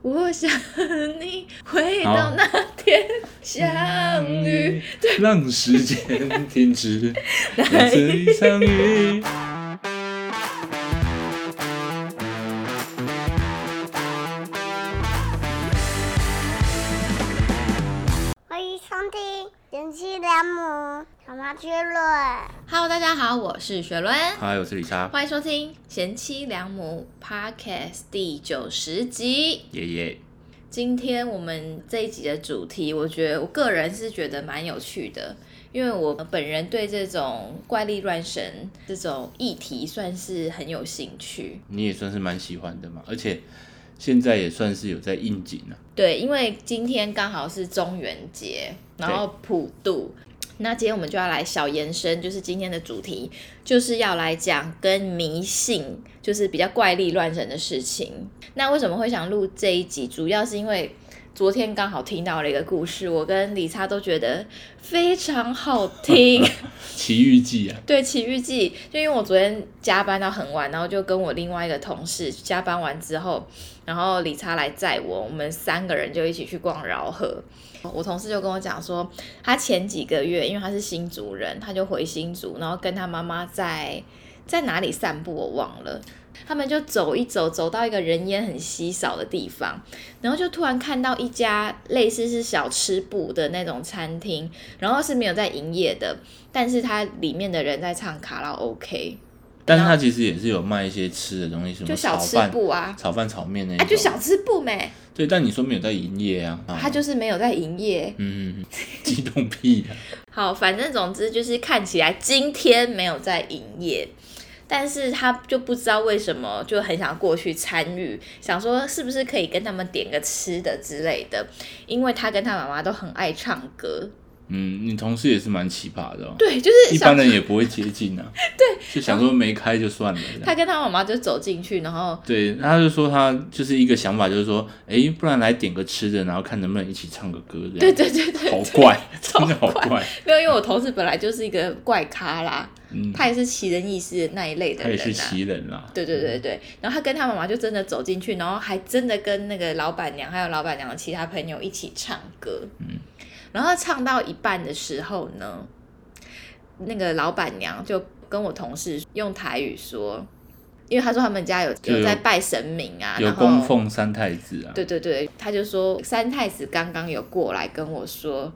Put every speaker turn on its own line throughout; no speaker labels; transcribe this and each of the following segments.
我想你回到那天相 遇，
让时间停止，让这里相遇。
欢迎收听《贤妻良母小马趣论》。
Hello，大家好，我是雪伦，
嗨，我是李莎
欢迎收听《贤妻良母》Podcast 第九十集。
爷爷。
今天我们这一集的主题，我觉得我个人是觉得蛮有趣的，因为我本人对这种怪力乱神这种议题算是很有兴趣。
你也算是蛮喜欢的嘛，而且现在也算是有在应景啊了、
对，因为今天刚好是中元节，然后普渡，那今天我们就要来小延伸，就是今天的主题就是要来讲跟迷信，就是比较怪力乱神的事情。那为什么会想录这一集？主要是因为昨天刚好听到了一个故事，我跟李查都觉得非常好听。
奇遇记》啊，
对《奇遇记》，就因为我昨天加班到很晚，然后就跟我另外一个同事加班完之后，然后李查来载我，我们三个人就一起去逛饶河。我同事就跟我讲说，他前几个月因为他是新竹人，他就回新竹，然后跟他妈妈在在哪里散步，我忘了。他们就走一走，走到一个人烟很稀少的地方，然后就突然看到一家类似是小吃部的那种餐厅，然后是没有在营业的，但是它里面的人在唱卡拉 OK，
但是它其实也是有卖一些吃的东西，什
就
么
小
炒
吃
饭、
部啊，
炒饭、炒面那
啊
种。
就小吃部没，
对，但你说没有在营业啊？啊
它就是没有在营业。
嗯，激动屁啊！
好，反正总之就是看起来今天没有在营业，但是他就不知道为什么就很想过去参与，想说是不是可以跟他们点个吃的之类的，因为他跟他妈妈都很爱唱歌。
嗯，你同事也是蛮奇葩的、哦，
对，就是
一
想
般人也不会接近 啊。对，就想说没开就算了。这样
他跟他妈妈就走进去，然后
对，他就说他就是一个想法，就是说，诶，不然来点个吃的，然后看能不能一起唱个歌，这
对
样。
对对对，
好怪，
超
真的好
怪
怪。
没有，因为我同事本来就是一个怪咖啦，
嗯，
他也是奇人异事那一类的
他
人、
也
啊，
是奇人啦。
对对对对，然后他跟他妈妈就真的走进去，然后还真的跟那个老板娘还有老板娘的其他朋友一起唱歌。
嗯，
然后唱到一半的时候呢，那个老板娘就跟我同事用台语说，因为他说他们家有
就有
有在拜神明啊，
有
然后
供奉三太子啊。
对对对，他就说三太子刚刚有过来跟我说，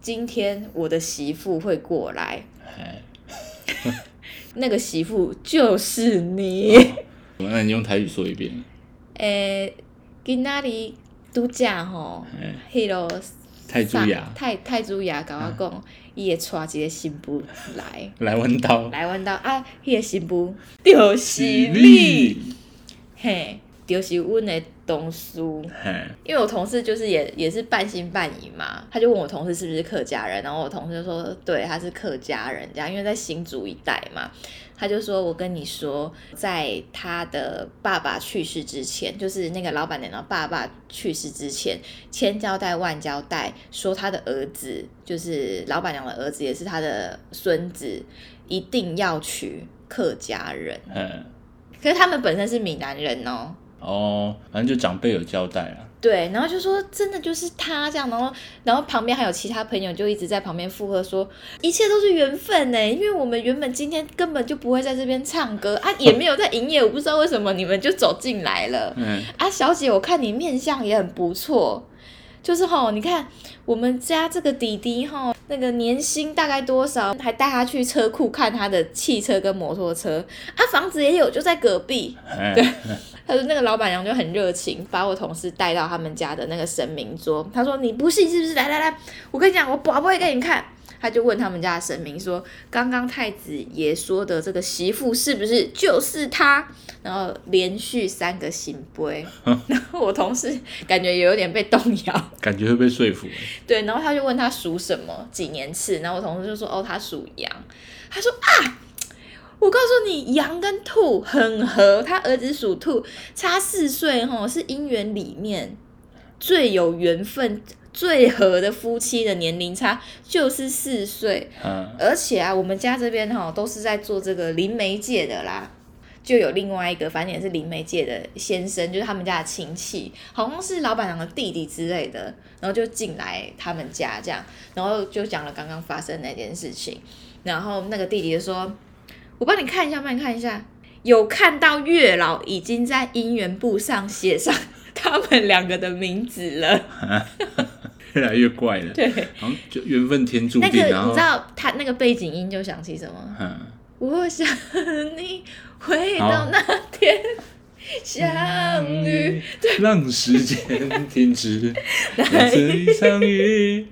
今天我的媳妇会过来，
哎，
那个媳妇就是你。
那你用台语说一遍。
诶、今仔日拄则吼，
哎，
迄啰
泰铢牙
泰泰铢爷甲我讲，伊、会带一个新妇来，
来弯刀，
来阮兜啊，迄、个新妇就是你，，嘿，就是阮的同事。
哎，
因为我同事就是也也是半信半疑嘛，他就问我同事是不是客家人，然后我同事就说对，他是客家人，这样因为在新竹一带嘛，他就说我跟你说，在他的爸爸去世之前，就是那个老板娘的爸爸去世之前，千交代万交代，说他的儿子就是老板娘的儿子，也是他的孙子，一定要娶客家人，
哎，
可是他们本身是闽南人哦，
哦，反正就长辈有交代啊。
对，然后就说真的就是他这样，然后然后旁边还有其他朋友就一直在旁边附和说，一切都是缘分呢，因为我们原本今天根本就不会在这边唱歌啊，也没有在营业，我不知道为什么你们就走进来了
嗯，
啊，小姐，我看你面相也很不错，就是吼，你看我们家这个弟弟吼，那个年薪大概多少，还带他去车库看他的汽车跟摩托车啊，房子也有，就在隔壁，
哎，
他说那个老板娘就很热情，把我同事带到他们家的那个神明桌。他说：“你不信是不是？来来来，我跟你讲，我宝贝给你看。”他就问他们家的神明说：“刚刚太子爷说的这个媳妇是不是就是她？”然后连续三个醒杯， 然后我同事感觉也有点被动摇。
感觉会被说服。
对，然后他就问他属什么，几年次，然后我同事就说：“哦，他属羊。”他说：“啊，我告诉你，羊跟兔很合，他儿子属兔，差四岁吼，是姻缘里面最有缘分、最合的夫妻的年龄差就是四岁。
嗯，
啊而且啊，我们家这边哈都是在做这个灵媒界的啦。就有另外一个，反正也是灵媒界的先生，就是他们家的亲戚，好像是老板娘的弟弟之类的，然后就进来他们家这样，然后就讲了刚刚发生的那件事情，然后那个弟弟就说：“我帮你看一下，帮你看一下。”有看到月老已经在姻缘簿上写上他们两个的名字了。
越来越怪了，
对，
好像就缘分天注
那
定，啊
个
然
你
后
知，道他那个背景音就想起什么？
嗯，
我想你回到那天相
嗯
遇，
让时间停止，来自一场雨，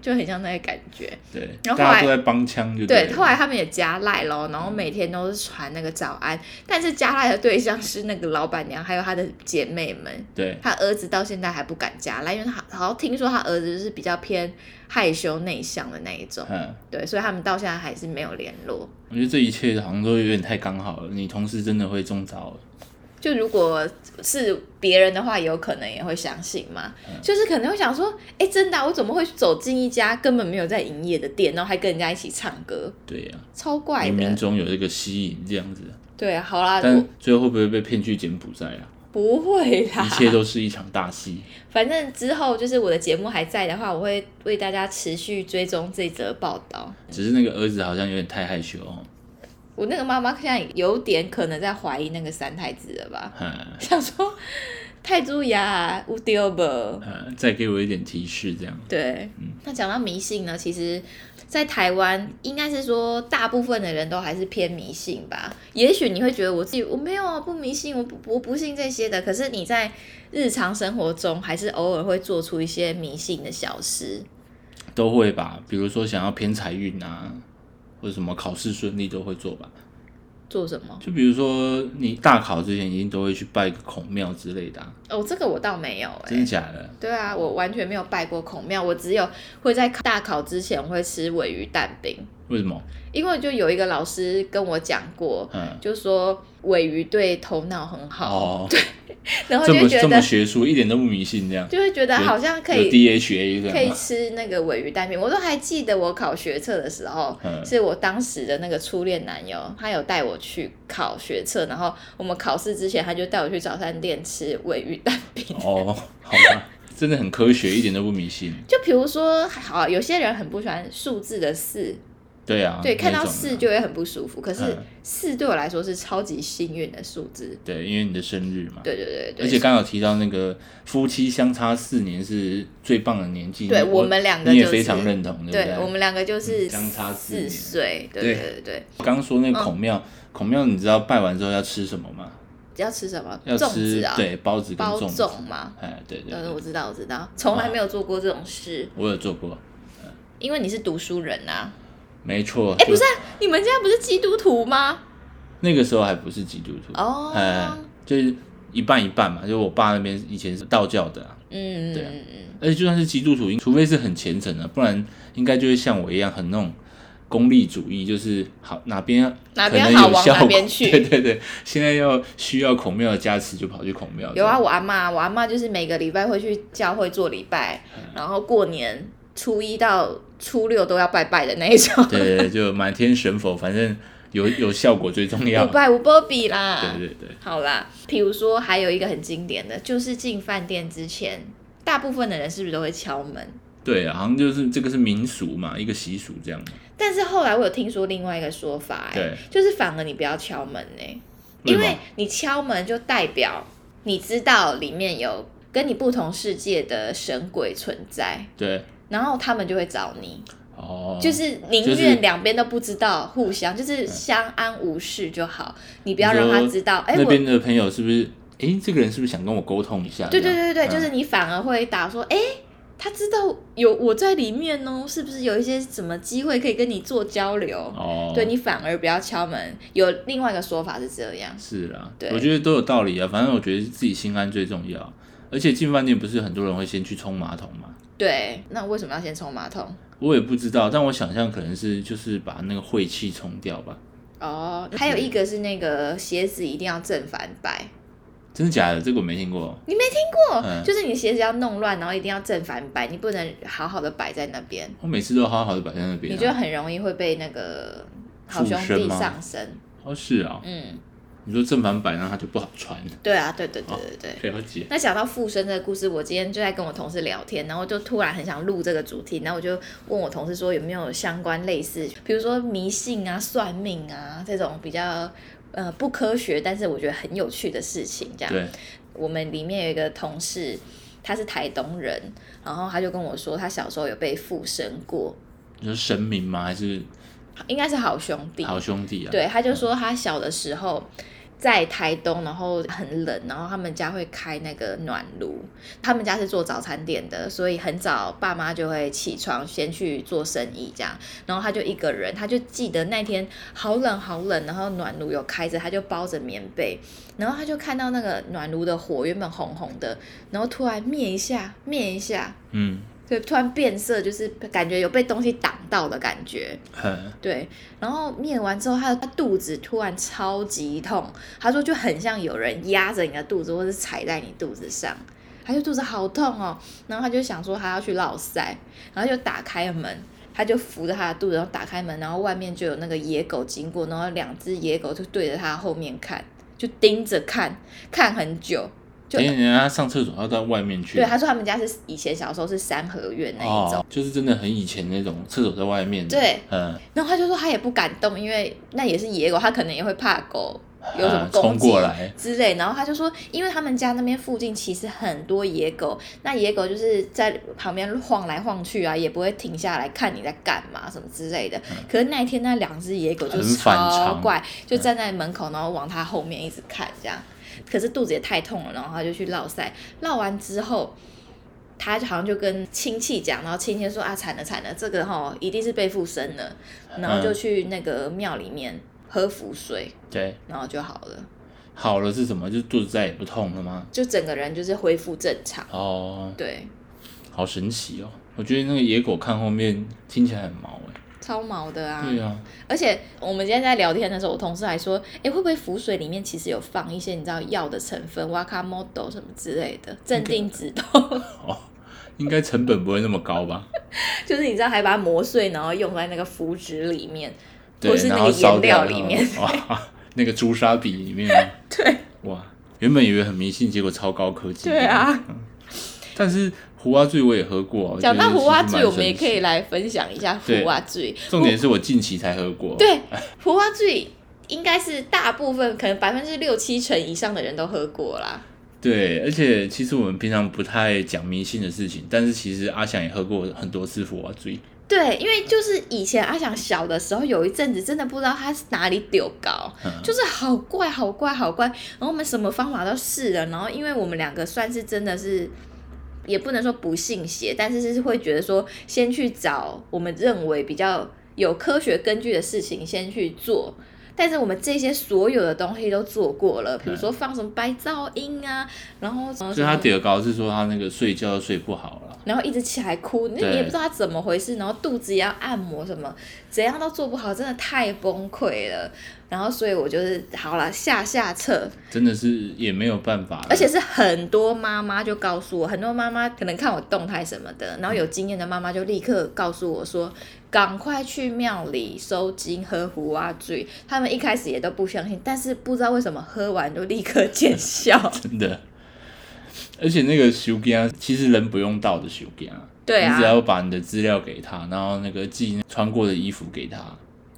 就很像那个感觉。
对，
然后后
大
来
家都在帮腔，就
对，
了
后来他们也加赖咯，然后每天都是传那个早安，但是加赖的对象是那个老板娘，还有她的姐妹们。
对，
他儿子到现在还不敢加赖，因为他好像听说他儿子是比较偏害羞内向的那一种，
嗯，
对，所以他们到现在还是没有联络。
我觉得这一切好像都有点太刚好了，你同事真的会中招了，
就如果是别人的话，有可能也会相信嘛，就是可能会想说，哎、真的啊、我怎么会走进一家根本没有在营业的店，然后还跟人家一起唱歌，
对呀、
超怪
冥冥
的。
中有这个吸引这样子，
对啊，好啦，
但
我
最后会不会被骗去柬埔寨 啊？
不会啦
一，切都是一场大戏，
反正之后就是我的节目还在的话，我会为大家持续追踪这则报道。
只是那个儿子好像有点太害羞哦，
我那个妈妈现在有点可能在怀疑那个三太子了吧，
嗯
想说 太子呀，有丢不？
嗯，再给我一点提示这样，
对，
嗯
那讲到迷信呢，其实，在台湾应该是说大部分的人都还是偏迷信吧。也许你会觉得我自己我没有啊，不迷信，我不我不信这些的。可是你在日常生活中，还是偶尔会做出一些迷信的小事。
都会吧，比如说想要偏财运啊，或者什么考试顺利都会做吧。
做什么？
就比如说你大考之前一定都会去拜个孔庙之类的、啊，
哦，这个我倒没有哎、
真的假的？
对啊，我完全没有拜过孔庙，我只有会在大考之前我会吃尾鱼蛋饼，
为什么？
因为就有一个老师跟我讲过，
嗯，
就说尾鱼对头脑很好，
哦，对，
然后就
这么
会觉
这
得
么学术，一点都不迷信这样，
就会觉得
有
好像可
有
以
DHA
可
这
以
样吗，
吃那个尾鱼蛋饼，我都还记得我考学测的时候，
嗯
是我当时的那个初恋男友，他有带我去考学测，然后我们考试之前他就带我去早餐店吃尾鱼蛋饼。
哦，好吧，真的很科学，一点都不迷信。
就比如说，好，有些人很不喜欢数字的四，
对啊，
对，看到
那种
四
的
就会很不舒服。可是
嗯
四对我来说是超级幸运的数字，
对，因为你的生日嘛。
对对对对。
而且刚刚有提到那个夫妻相差四年是最棒的年纪，
对我
我
们两个
你也
就是
非常认同，对不
对我们两个就是
嗯相差四
四
年
岁，对
对
对对对。
我刚刚说
嗯
那个孔庙，孔庙你知道拜完之后要吃什么吗？
要吃什么？
要
粽
吃
子啊，
对包子跟
包
粽子
粽嘛。
哎，对对，
嗯，
对
我知道，我知道，从来没有做过这种事，
我有做过，
因为你是读书人啊。
没错。
哎，不
就是
啊，你们家不是基督徒吗？
那个时候还不是基督徒，
哦
哎，就是一半一半嘛，就是我爸那边以前是道教的啊、
嗯，
对啊
嗯嗯
而且就算是基督徒，除非是很虔诚的，不然应该就会像我一样很那种功利主义，就是好哪边
哪边
可能
好
有
往
效
哪
果
边去
对对对，现在要需要孔庙的加持，就跑去孔庙。
有啊，，我阿妈，我阿妈就是每个礼拜会去教会做礼拜，
嗯
然后过年初一到初六都要拜拜的那一 种。
对对对，就满天神佛，反正有有效果最重要
五。拜五波比啦。
对对对，
好啦，譬如说还有一个很经典的，就是进饭店之前，大部分的人是不是都会敲门？
对，好像就是这个是民俗嘛，一个习俗这样嘛。
但是后来我有听说另外一个说法、欸，
对
就是反而你不要敲门呢、
为什
因
么
为你敲门就代表你知道里面有跟你不同世界的神鬼存在，
对，
然后他们就会找你，
哦，
就是宁
就是
愿两边都不知道，互相就是相安无事就好，你不要
你
让他
说
知道，哎、
那
我
边的朋友是不是？哎，这个人是不是想跟我沟通一下？
对
这
对
样
对对对，
嗯
就是你反而会打说，哎、他知道有我在里面哦，是不是有一些什么机会可以跟你做交流？
哦，
对你反而不要敲门。有另外一个说法是这样，
是啦，
对
我觉得都有道理啊。反正我觉得自己心安最重要。而且进饭店不是很多人会先去冲马桶吗？
对，那为什么要先冲马桶？
我也不知道，但我想象可能是就是把那个晦气冲掉吧。
哦，还有一个是那个鞋子一定要正反摆，
真的假的？这个我没听过。
你没听过？
嗯
就是你的鞋子要弄乱，然后一定要正反摆，你不能好好的摆在那边，
我每次都好好的摆在那边、啊。
你就很容易会被那个好
附
兄
身
弟
吗
上身。
哦，是啊、
嗯，
你说正反版，然后它就不好穿。
对啊，对对对对对。
了解，
那讲到附身这个故事，我今天就在跟我同事聊天，然后就突然很想录这个主题，然后我就问我同事说有没有相关类似，比如说迷信啊、算命啊这种比较呃不科学，但是我觉得很有趣的事情。这样，
对，
我们里面有一个同事，他是台东人，然后他就跟我说，他小时候有被附身过，
你说神明吗？还是
应该是好兄弟，
好兄弟啊？
对，他就说他小的时候在台东，然后很冷，然后他们家会开那个暖炉，他们家是做早餐店的，所以很早爸妈就会起床先去做生意这样，然后他就一个人，他就记得那天好冷好冷，然后暖炉有开着，他就包着棉被，然后他就看到那个暖炉的火原本红红的，然后突然灭一下，灭一下。
嗯，
对，突然变色，就是感觉有被东西挡到的感觉。
很
对，然后灭完之后，他的他肚子突然超级痛，他说就很像有人压着你的肚子，或是踩在你肚子上，他就肚子好痛哦。然后他就想说他要去落塞，然后就打开门，他就扶着他的肚子，然后打开门，然后外面就有那个野狗经过，然后两只野狗就对着他后面看，就盯着看，看很久。就
因为人家上厕所要到外面去，
对，他说他们家是以前小时候是三合院那一种。
哦，就是真的很以前那种厕所在外面的，
对，
嗯，
然后他就说他也不敢动，因为那也是野狗，他可能也会怕狗有什么
啊
攻
冲
击
过来
之类。然后他就说，因为他们家那边附近其实很多野狗，那野狗就是在旁边晃来晃去啊，也不会停下来看你在干嘛什么之类的。可是那一天那两只野狗就
嗯很反
超
常
怪，就站在门口，然后往他后面一直看这样。可是肚子也太痛了，然后他就去绕塞，绕完之后，他好像就跟亲戚讲，然后亲戚说啊，惨了惨了，这个哈、一定是被附身了，然后
嗯
就去那个庙里面喝符水，
对，
然后就好了，
好了是什么？就是肚子再也不痛了吗？
就整个人就是恢复正常。
哦，
对，
好神奇哦！我觉得那个野狗看后面听起来很毛哎、
超毛的啊！
对啊，
而且我们今天在聊天的时候，我同事还说，哎，会不会符水里面其实有放一些你知道药的成分，哇卡莫豆什么之类的，镇定止痛，
哦，应该成本不会那么高吧？
就是你知道还把它磨碎，然后用在那个符纸里 面。
对
或，是那
然
个
后烧
颜料
掉
里
然后
面，
哇，那个朱砂笔里面吗，
对
哇，原本以为很迷信，结果超高科技，
对啊，
但是胡蛙醉我也喝过，
讲到胡蛙
蛙
醉，我们也可以。来分享一下胡蛙醉。
重点是我近期才喝过，，啊
对，胡蛙醉应该是大部分可能百分之六七成以上的人都喝过啦。
对，而且其实我们平常不太讲迷信的事情，但是其实阿翔也喝过很多次胡蛙醉，
对，因为就是以前阿翔小的时候，有一阵子真的不知道他是哪里丢高，
嗯
就是好怪好怪好怪，然后我们什么方法都试了，然后因为我们两个算是真的是。也不能说不信邪，但是是会觉得说，先去找我们认为比较有科学根据的事情先去做。但是我们这些所有的东西都做过了，比如说放什么白噪音啊，然后什么
所以他得高是说他那个睡觉睡不好啊了，
然后一直起来哭，那
对
你也不知道他怎么回事，然后肚子也要按摩什么，怎样都做不好，真的太崩溃了。然后所以我就是好了下下策，
真的是也没有办法了，
而且是很多妈妈就告诉我，很多妈妈可能看我动态什么的，然后有经验的妈妈就立刻告诉我说，赶快去庙里收金喝胡蛙醉。他们一开始也都不相信，但是不知道为什么喝完就立刻见效。
真的。而且那个修家其实人不用到的修家，
对
你只
啊，
要把你的资料给他，然后那个寄穿过的衣服给他，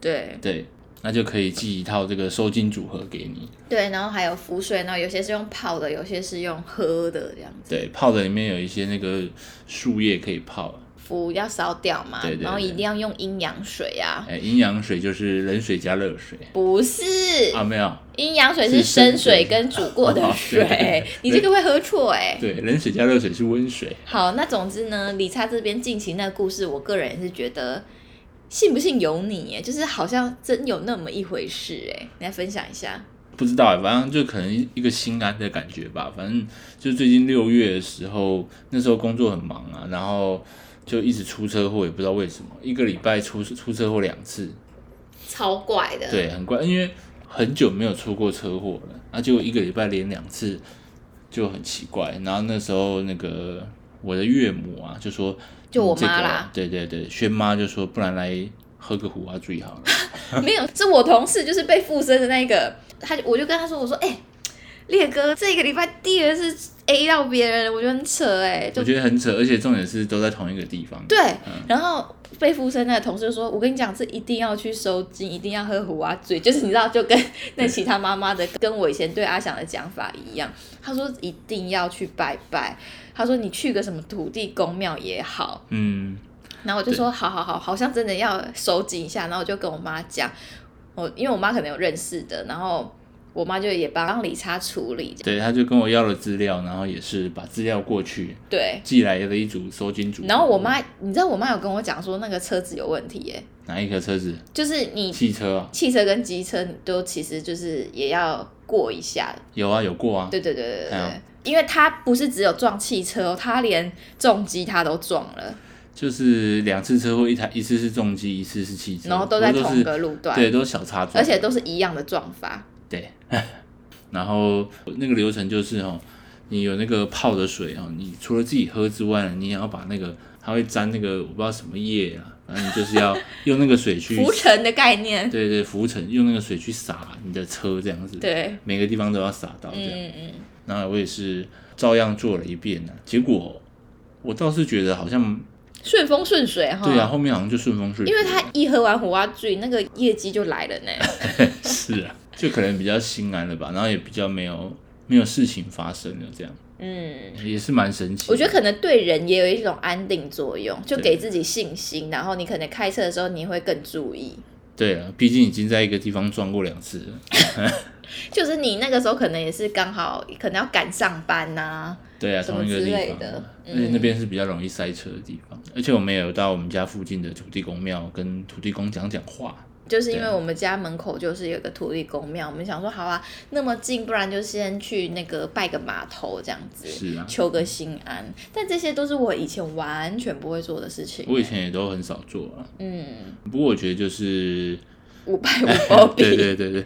对
对，那就可以寄一套这个收金组合给你，
对，然后还有浮水，然后有些是用泡的，有些是用喝的这样子。
对，泡的里面有一些那个树叶可以泡，
符要烧掉嘛，
对对对
然后一定要用阴阳水啊，
哎，阴阳水就是冷水加热水
不是、
啊，没有，
阴阳水是
是
生
生
水
水
跟煮过的
哦对对
水
对，
你这个会喝错哎、
对，冷水加热水是温水，
好，那总之呢，理查这边近期那个故事，我个人也是觉得信不信由你耶，就是好像真有那么一回事哎，你来分享一下。
不知道哎，反正就可能一个心安的感觉吧。反正就最近六月的时候，那时候工作很忙啊，然后就一直出车祸，也不知道为什么，一个礼拜出出车祸两次，
超怪的，
对，很怪，因为很久没有出过车祸了，啊，就一个礼拜连两次，就很奇怪。然后那时候那个我的岳母啊，就说
就我
嗯这个
妈啦
对对对，轩妈就说不然来喝个壶啊最 好了。
没有，是我同事就是被附身的那个，他就我就跟他说，我说哎、烈哥这个礼拜第二次 A 到别人，我觉得很扯哎、就
我觉得很扯，而且重点是都在同一个地方。
对，然后被附身那个同事就说：“我跟你讲，是一定要去收金，一定要喝胡啊醉， 就是你知道，就跟那其他妈妈的，跟我以前对阿翔的讲法一样。他说一定要去拜拜，他说你去个什么土地公庙也好，
嗯，
然后我就说好好好，好像真的要收紧一下。然后我就跟我妈讲，我因为我妈可能有认识的，然后我妈就也帮理查处理。
对，他就跟我要了资料，然后也是把资料过去
对，
寄来了一组收金组。
然后我妈，你知道我妈有跟我讲说那个车子有问题耶，
哪一个车子？
就是你
汽车啊，
汽车跟机车你都其实就是也要过一下，
有啊，有过啊。
对对对对对对。
哎呀
因为他不是只有撞汽车、哦，他连重机他都撞了，
就是两次车祸，一台一次是重机，一次是汽车，
然后都在
不过
同
是
个路段，
对，都是小插座，
而且都是一样的撞法。
对。 然后那个流程就是哦，你有那个泡的水哦，你除了自己喝之外，你也要把那个它会沾那个我不知道什么液啊，然后你就是要用那个水去
浮沉的概念，
对对，浮尘用那个水去洒你的车这样子，，
对，
每个地方都要洒到这样。
嗯嗯，
那我也是照样做了一遍呢、啊结果我倒是觉得好像
顺风顺水哈。
对啊，，后面好像就顺风顺水，
嗯因为他一喝完胡阿醉，那个业绩就来了 呢。
是啊，就可能比较心安了吧，然后也比较没有没有事情发生了，这样
嗯，
也是蛮神奇的。
我觉得可能对人也有一种安定作用，就
对
给自己信心，然后你可能开车的时候你会更注意。
对啊，毕竟已经在一个地方撞过两次了，
就是你那个时候可能也是刚好可能要赶上班呐、
对啊，
什么
同一个
之
地
类
方
的嗯
啊，而且那边是比较容易塞车的地方，而且我们也有到我们家附近的土地公庙跟土地公讲讲话，
就是因为
对
我们家门口就是有个土地公庙，我们想说好啊，那么近，不然就先去那个拜个码头这样子，
是啊，
求个心安。但这些都是我以前完全不会做的事情。
我以前也都很少做啊，
嗯，
不过我觉得就是，
五拜五包庇。
对对对对，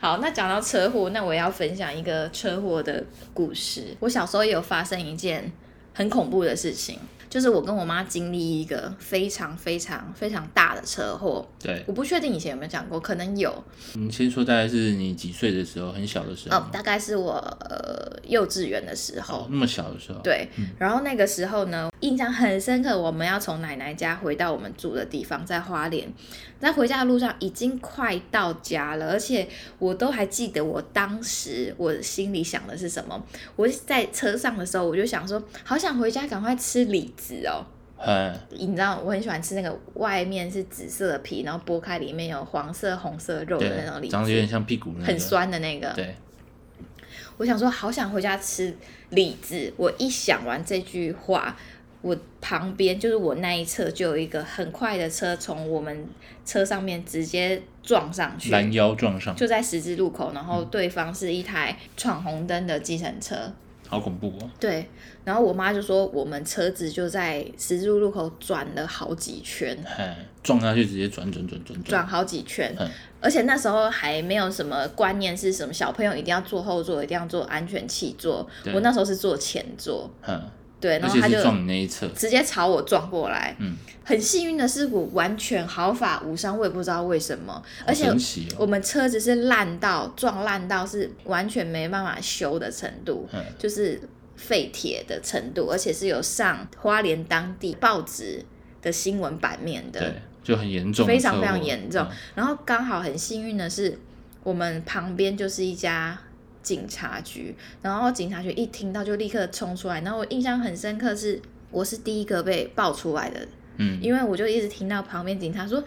好，那讲到车祸，那我也要分享一个车祸的故事。我小时候也有发生一件很恐怖的事情，就是我跟我妈经历一个非常非常非常大的车祸。
对，
我不确定以前有没有讲过，可能有，
你先说大概是你几岁的时候，很小的时候
哦，，大概是我呃幼稚园的时候
哦，，那么嗯小的时候，，
对，然后那个时候呢，印象很深刻。我们要从奶奶家回到我们住的地方，在花莲，在回家的路上已经快到家了，而且我都还记得我当时我心里想的是什么。我在车上的时候，我就想说，好想回家，赶快吃李子哦。
哎，
你知道我很喜欢吃那个外面是紫色的皮，然后剥开里面有黄色、红色肉的那种
对，
李
长得有点
子，
像屁股那个，
很，酸啊的那个。
对，
我想说，好想回家吃李子。我一想完这句话，我旁边就是我那一侧就有一个很快的车从我们车上面直接撞上去，
拦腰撞上，
就在十字路口，然后对方是一台闯红灯的计程车。
好恐怖哦，
对，然后我妈就说我们车子就在十字路口转了好几圈，
哎，撞下去直接转转转转
转，好几圈
嗯，
而且那时候还没有什么观念是什么小朋友一定要坐后座，一定要坐安全气座。
对
我那时候是坐前座，
嗯，
对，
而
然后
且
他就是
撞你那一侧，
直接朝我撞过来。
嗯，
很幸运的是，我完全毫发无伤，我也不知道为什么，
好
而且
神。奇
我
哦，
们车子是烂到撞烂到是完全没办法修的程度，
嗯
就是废铁的程度，而且是有上花莲当地报纸的新闻版面的。
对，就很严重的车祸，
非常非常严重
嗯。
然后刚好很幸运的是，我们旁边就是一家警察局，然后警察局一听到就立刻冲出来。然后我印象很深刻是，我是第一个被抱出来的，
嗯，
因为我就一直听到旁边警察说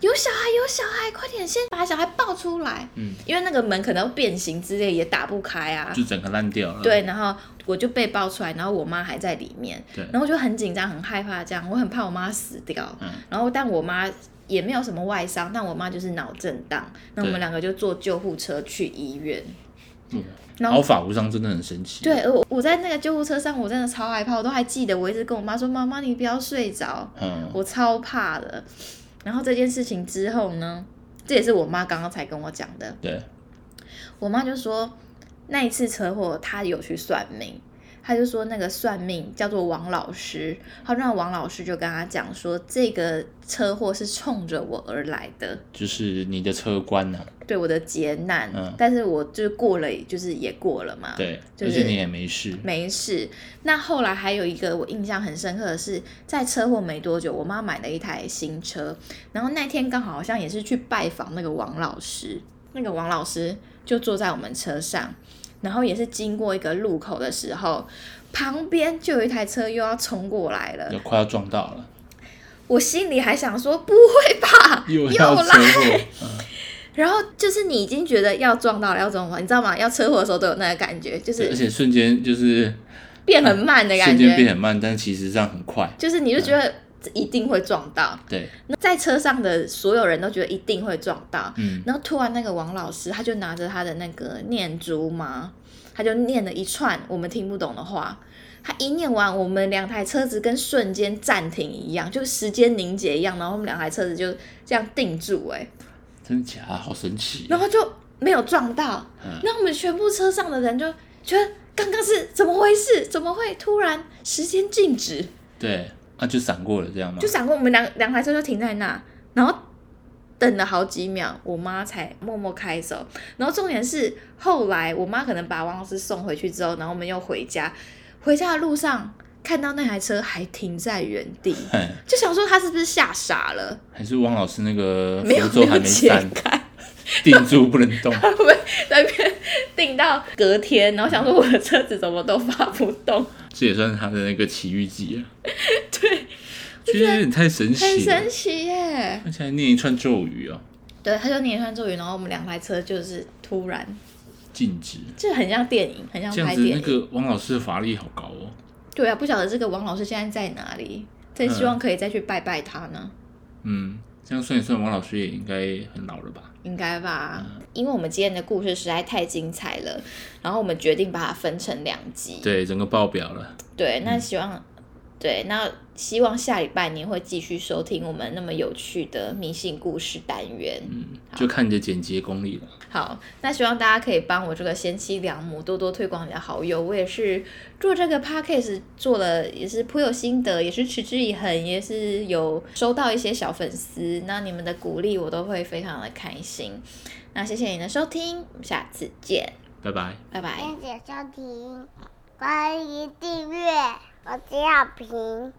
有小孩，有小孩，快点先把小孩抱出来。
嗯，
因为那个门可能要变形之类，也打不开啊。
就整个烂掉了，
对，然后我就被抱出来，然后我妈还在里面，
对
然后我就很紧张、很害怕，这样我很怕我妈死掉，
嗯
然后但我妈也没有什么外伤，但我妈就是脑震荡，那我们
对
两个就坐救护车去医院。
嗯，
然后
毫发无伤真的很神奇，啊
对，，而我我在那个救护车上，我真的超害怕，我都还记得，我一直跟我妈说：“妈妈，你不要睡着，
嗯，
我超怕的。”然后这件事情之后呢，这也是我妈刚刚才跟我讲的，
对，
我妈就说那一次车祸，她有去算命，他就说那个算命叫做王老师，他让王老师就跟他讲说，这个车祸是冲着我而来的，
就是你的车关呐、
对我的劫难，
嗯
但是我就过了，就是也过了嘛，
对，
啊就是
而且你也没事，
没事。那后来还有一个我印象很深刻的是，在车祸没多久，我妈买了一台新车，然后那天刚好好像也是去拜访那个王老师，那个王老师就坐在我们车上，然后也是经过一个路口的时候，旁边就有一台车又要冲过来了
就，快要撞到了，
我心里还想说不会吧，
又
啊又
要车
来。
祸，嗯
然后就是你已经觉得要撞到了，要怎么办？你知道吗？要车祸的时候都有那个感觉，就
对而
是
且瞬间就是
变很慢的感
瞬间变
觉，
很慢，但其实上很快，
就是你就觉得这一定会撞到。
对，
那在车上的所有人都觉得一定会撞到，
嗯，
然后突然那个王老师他就拿着他的那个念珠嘛，他就念了一串我们听不懂的话。他一念完，我们两台车子跟瞬间暂停一样，就是时间凝结一样，然后我们两台车子就这样定住、欸，
真假好神奇，
然后就没有撞到。
嗯，
那我们全部车上的人就觉得刚刚是怎么回事？怎么会突然时间静止？
对，啊就闪过了这样吗
就？闪过我们两两台车就停在那，然后等了好几秒，我妈才默默开走。然后重点是后来我妈可能把王老师送回去之后，然后我们又回家，回家的路上看到那台车还停在原地，
嘿
就想说他是不是吓傻了？
还是王老师那个
没有
符咒
没
还
有
没
解
散，
开。
定住不能动，
我们在那边定到隔天，然后想说我的车子怎么都发不动，
这也算是他的那个奇 遇记啊。对，其实有点太神
很
奇了
神，奇耶！
而且还念一串咒语哦，
对，他就念一串咒语，然后我们两台车就是突然，
禁止。
就很像电影，很像
这样
拍
子，
电
那
影。
个王老师的法力好高哦。
对啊，不晓得这个王老师现在在哪里，真希望可以再去拜拜他呢，
嗯，这样算一算，王老师也应该很老了吧？
应该吧？
嗯
因为我们今天的故事实在太精彩了，然后我们决定把它分成两集。
对，嗯整个爆表了。
对，那希望、对，那希望下礼拜你会继续收听我们那么有趣的迷信故事单元。
嗯，就看你的剪辑功力了。
好，那希望大家可以帮我这个贤妻良母多多推广你的好友。我也是做这个 podcast 做了，也是颇有心得，也是持之以恒，也是有收到一些小粉丝。那你们的鼓励我都会非常的开心。那谢谢你的收听，我们下次见，
拜拜。
拜拜。
谢谢收听，欢迎订阅，我是小平。